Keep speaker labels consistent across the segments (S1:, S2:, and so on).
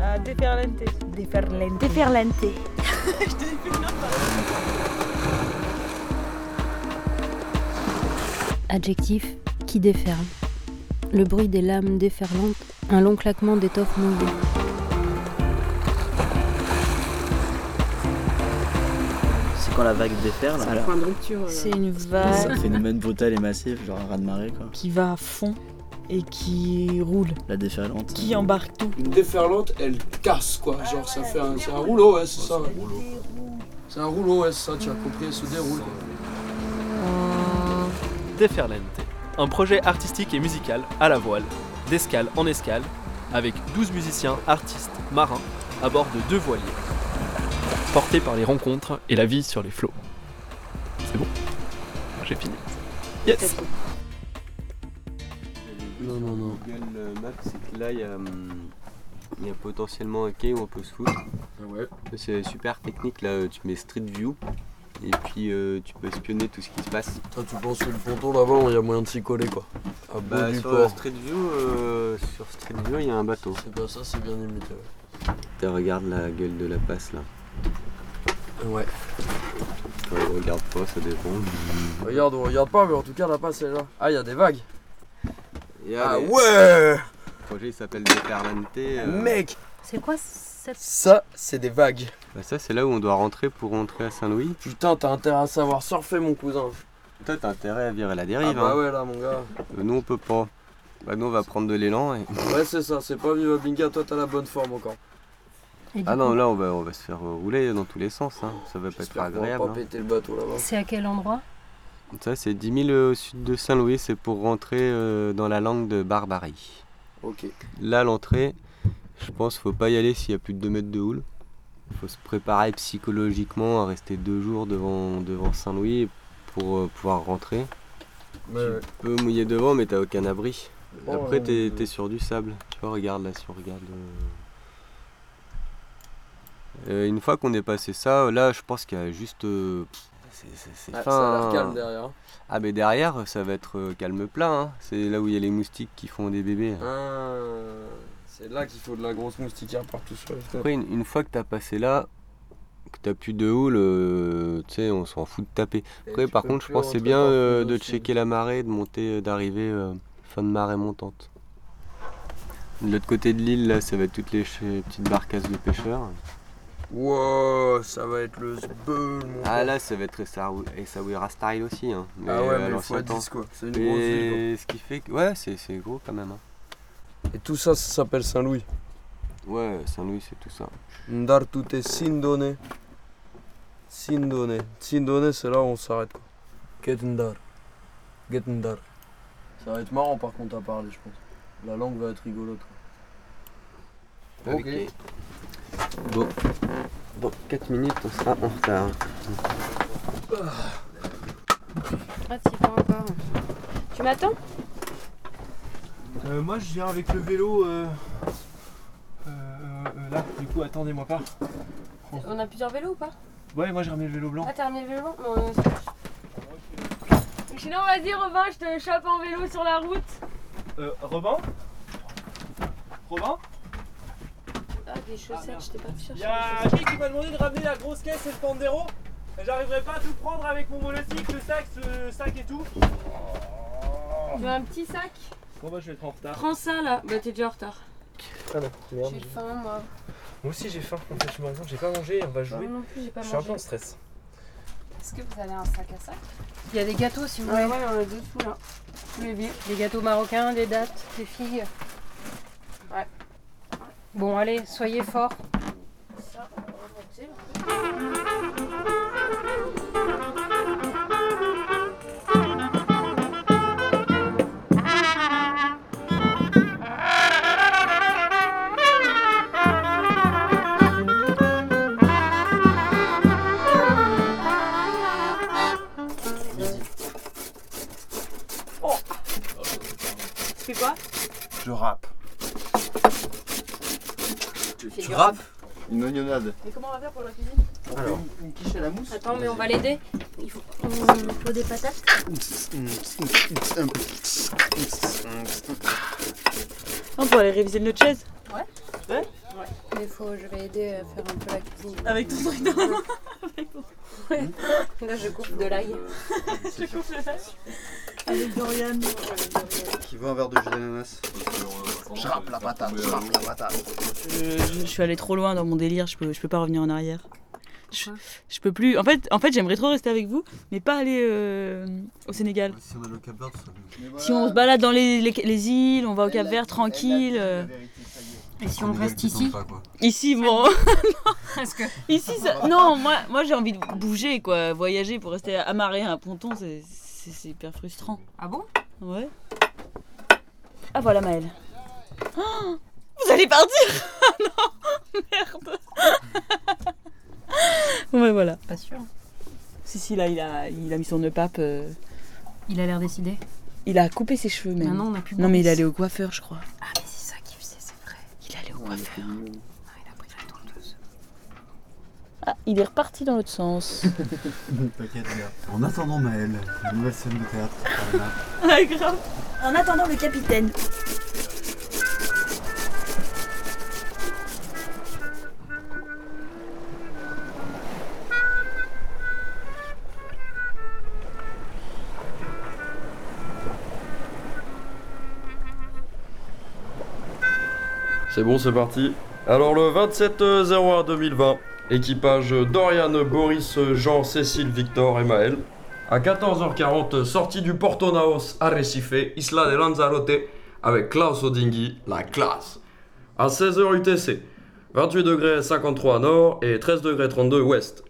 S1: Euh,
S2: déferlante.
S3: Déferlante.
S1: Déferlante.
S4: Adjectif qui déferle. Le bruit des lames déferlantes, un long claquement d'étoffes mouillées.
S5: C'est quand la vague déferle.
S6: C'est un
S5: alors,
S6: point de rupture. euh,
S2: C'est une
S5: C'est
S2: vague
S5: un phénomène brutal et massif, genre un raz-de-marée quoi.
S2: qui va à fond et qui roule,
S5: La déferlante.
S2: qui embarque tout.
S7: Une déferlante, elle casse quoi. Genre, ça fait un, c'est un rouleau, ouais, c'est ça. C'est un rouleau, ouais, c'est ça, tu as compris, elle se déroule. quoi.
S8: Deferlente, un projet artistique et musical à la voile, d'escale en escale, avec 12 musiciens, artistes, marins, à bord de deux voiliers, portés par les rencontres et la vie sur les flots. C'est bon J'ai fini. Yes
S9: Non, non, non. Google Maps, c'est que là, il y a, hum, il y a potentiellement un quai où on peut se foutre.
S7: Ouais.
S9: C'est super technique, là, tu mets Street View et puis euh, tu peux espionner tout ce qui se passe.
S7: Toi, tu penses que le ponton là-bas, il y a moyen de s'y coller quoi. À bout
S9: Bah,
S7: du
S9: sur
S7: port.
S9: Street View, euh, sur Street View, il y a un bateau.
S7: C'est pas ça, c'est bien imité. ouais.
S9: regarde la gueule de la passe, là.
S7: Ouais.
S9: regarde pas, ça dépend.
S7: Regarde, on regarde pas, mais en tout cas, la passe elle est là. Ah, il y a des vagues.
S9: Et
S7: Ah
S9: allez,
S7: ouais
S9: Le projet, il s'appelle Deferlante. euh,
S7: Mec
S3: C'est quoi cette.
S7: Ça, c'est des vagues.
S9: Bah, ça, c'est là où on doit rentrer pour rentrer à Saint-Louis.
S7: Putain, t'as intérêt à savoir surfer, mon cousin.
S9: Toi, t'as intérêt à virer la dérive.
S7: Ah bah
S9: hein.
S7: ouais, là, mon gars.
S9: Euh, Nous, on peut pas. Bah, nous, on va prendre de l'élan. Et...
S7: Ouais, c'est ça, c'est pas viva binga, toi, t'as la bonne forme encore.
S4: Et du
S9: Ah
S4: coup,
S9: non, là, on va, on va se faire euh, rouler dans tous les sens. Hein. Ça va pas être
S7: J'espère qu'on va
S9: agréable.
S7: pas
S9: hein.
S7: péter le bateau là-bas.
S4: C'est à quel endroit
S9: Ça, c'est 10 000 euh, au sud de Saint-Louis. C'est pour rentrer euh, dans la langue de Barbarie.
S7: Ok.
S9: Là, l'entrée, je pense faut pas y aller s'il y a plus de 2 mètres de houle. faut se préparer psychologiquement à rester deux jours devant, devant Saint-Louis pour euh, pouvoir rentrer. Tu peux mouiller devant, mais t'as aucun abri.
S7: Bon,
S9: Après,
S7: euh,
S9: t'es t'es sur du sable. Tu vois, regarde là, si on regarde. euh, euh, une fois qu'on est passé ça, là, je pense qu'il y a juste. euh, c'est- c'est c'est
S7: ouais,
S9: fin.
S7: ah, ça a l'air
S9: hein.
S7: calme derrière.
S9: Ah, mais derrière, ça va être euh, calme plein. hein. C'est là où il y a les moustiques qui font des bébés.
S7: Ah, c'est là qu'il faut de la grosse moustiquaire partout sur les fenêtres.
S9: Après, une, une fois que t'as passé là, que t'as plus de houle, euh, tu sais, on s'en fout de taper. Après, par contre, je pense que c'est bien euh, de checker la marée, de monter, euh, d'arriver euh, fin de marée montante. De l'autre côté de l'île, là, ça va être toutes les ch- petites barcasses de pêcheurs.
S7: Wow, ça va être le sbeul, mon
S9: Ah
S7: gars.
S9: là, ça va être Essaou- Essaouira style aussi. Hein. Mais,
S7: Ah ouais,
S9: euh,
S7: mais il
S9: à
S7: faut
S9: l'ancien
S7: être
S9: temps.
S7: 10 quoi. C'est une grosse ville.
S9: Mais ce qui fait que. Ouais, c'est c'est gros quand même. hein.
S7: quoi. Et tout ça, ça s'appelle Saint-Louis.
S9: Ouais, Saint-Louis, c'est tout ça.
S7: Ndar tout est Sindone. Sindone. Sindone, c'est là où on s'arrête quoi. Get Ndar. Get Ndar. Ça va être marrant par contre à parler, je pense. La langue va être rigolote.
S9: Avec les- Bon. Dans 4 minutes, on sera en retard.
S6: Ah, t'y es pas encore. Tu m'attends
S10: Euh, moi je viens avec le vélo euh, euh, euh, là, du coup attendez-moi pas.
S6: On a plusieurs vélos ou pas
S10: Ouais moi j'ai remis le vélo blanc.
S6: Ah, t'as remis le vélo Non, non, c'est- Sinon, vas-y, Robin, je te chope en vélo sur la route.
S10: Euh, Robin Robin
S6: Ah, des chaussettes, je t'ai pas cherché.
S10: Y'a qui qui m'a demandé de ramener la grosse caisse et le pandero et j'arriverai pas à tout prendre avec mon monocycle, le sac, le sac et tout.
S6: Tu as un petit sac
S10: Bon bah je vais être en retard.
S6: Prends ça là. Bah, t'es déjà en retard.
S10: Ah non, merde.
S6: J'ai faim, moi.
S10: Moi aussi j'ai faim, en fait je me rends compte, j'ai pas mangé, on va
S6: Moi
S10: jouer.
S6: non plus, j'ai pas
S10: Ah Je suis un
S6: mangé.
S10: peu en stress.
S6: Est-ce que vous avez un sac à sac
S1: Il y a des gâteaux si vous
S6: Ouais,
S1: voulez.
S6: ouais, on a deux sous là. Tous les vieux.
S1: Des gâteaux marocains, des dattes, des filles.
S6: Ouais.
S1: Bon, allez, soyez forts.
S6: Tu fais quoi
S7: Je rappe.
S6: Tu
S7: rappes
S5: Une oignonnade.
S6: Mais comment on va faire pour la cuisine
S7: Alors.
S10: Une, quiche à la mousse
S6: Attends, mais on va l'aider. Il faut.
S1: Il faut des patates.
S2: On peut aller réviser notre chaise.
S1: défaut, je vais aider à faire un peu la cuisine.
S2: Avec ton truc dans la main.
S1: Ouais. Là, je coupe de l'ail.
S6: Je coupe le vache.
S2: Avec Dorian.
S11: Qui veut un verre de jus d'ananas Je rappe la patate, je rappe la patate.
S2: Je, je- je suis allée trop loin dans mon délire, je peux, je peux pas revenir en arrière. Je, je peux plus. En fait, en fait j'aimerais trop rester avec vous, mais pas aller euh, au Sénégal.
S11: Si on a le Cap Vert, ça
S2: Si on se balade dans les, les- les îles, on va au Cap Vert tranquille. euh,
S1: Et si on reste ici
S2: Ici, bon. non.
S1: Parce que-
S2: Ici, ça- non, moi, moi j'ai envie de bouger, quoi. Voyager pour rester amarré à un ponton, c'est- c'est c'est hyper frustrant.
S1: Ah bon
S2: Ouais. Ah voilà, Maëlle. Oh, vous allez partir Ah Non Merde Ouais, voilà.
S1: Pas sûr.
S2: Si, si, là, il a, il a mis son nœud pape. euh,
S1: Il a l'air décidé.
S2: il a coupé ses cheveux, même.
S1: Ah non, on a plus
S2: Non, mais il
S1: Boris.
S2: allait au coiffeur, je crois.
S1: Ah, mais c'est ça qu'il faisait, c'est vrai.
S2: Il allait au coiffeur.
S1: Il a pris la tondeuse.
S2: Ah, il est reparti dans l'autre sens.
S11: T'inquiète, regarde. En attendant Maël, une nouvelle scène de théâtre. Voilà.
S2: ah, grave
S12: En attendant le capitaine.
S7: C'est bon, c'est parti. Alors le 27-01-2020, équipage Dorian, Boris, Jean, Cécile, Victor et Maël. À 14h40, sortie du Porto Naos à Recife, Isla de Lanzarote, avec Klaus Odinghi, la classe. À 16h UTC, 28 degrés 53 nord et 13 degrés 32 ouest.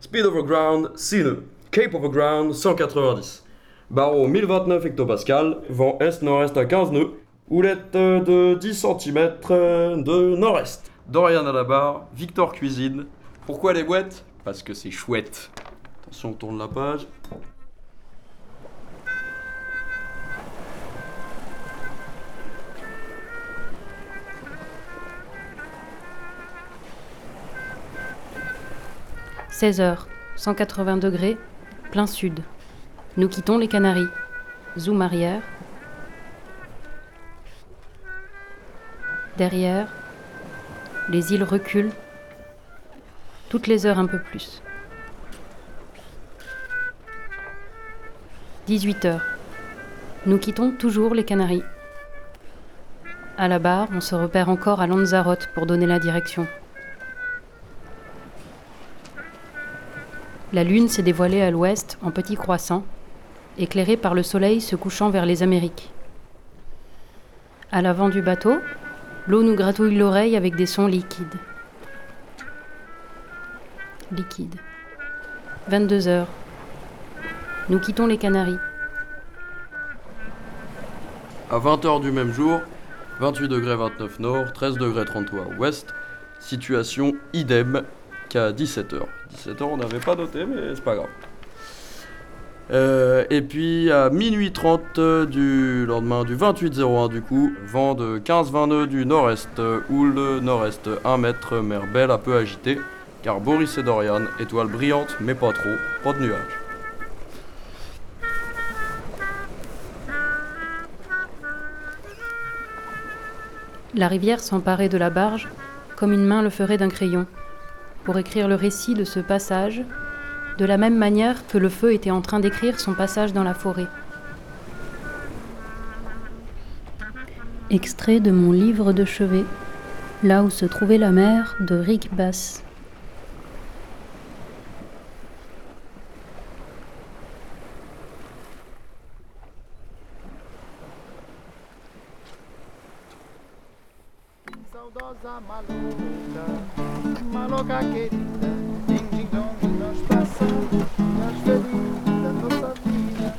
S7: Speed overground, sineux. Cape overground, 190. Barreau 1029 hectopascal, vent est-nord-est à 15 nœuds, houlette euh, de 10 cm de nord-est. Dorian à la barre, Victor cuisine. Pourquoi les boîtes Parce que c'est chouette. Attention, on tourne la page.
S13: h 180 degrés, plein sud. Nous quittons les Canaries. Zoom arrière. Derrière, les îles reculent. Toutes les heures un peu plus. 18 heures. Nous quittons toujours les Canaries. À la barre, on se repère encore à Lanzarote pour donner la direction. La lune s'est dévoilée à l'ouest en petit croissant, éclairée par le soleil se couchant vers les Amériques. À l'avant du bateau, l'eau nous gratouille l'oreille avec des sons liquides. Liquides. 22 heures. Nous quittons les Canaries.
S7: À 20h du même jour, 28 degrés 29 nord, 13 degrés 33 ouest. Situation idem qu'à 17h. 17h, on n'avait pas noté, mais c'est pas grave. Euh, et puis à minuit 30 du lendemain du 28-01 du coup, vent de 15-20 nœuds du nord-est, euh, houle nord-est 1 mètre, mer belle à peu agitée, car Boris et Dorian, étoiles brillantes mais pas trop, pas de nuages.
S13: La rivière s'emparait de la barge comme une main le ferait d'un crayon, pour écrire le récit de ce passage, de la même manière que le feu était en train d'écrire son passage dans la forêt. Extrait de mon livre de chevet, Là où se trouvait la mer de Rick Bass.
S5: saudosa maluca, maluca querida, din din dom e nós passamos nas felizes da nossa vida.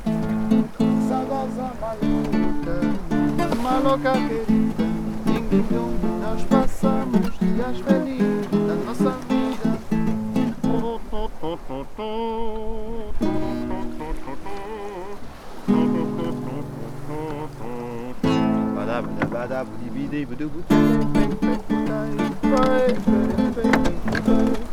S5: Saudosa maluca, maluca querida, din din dom e nós passamos dias felizes da nossa vida.
S11: Badabadabadaboudibidiboudouboudou.
S5: Vai, vai, vai, vai.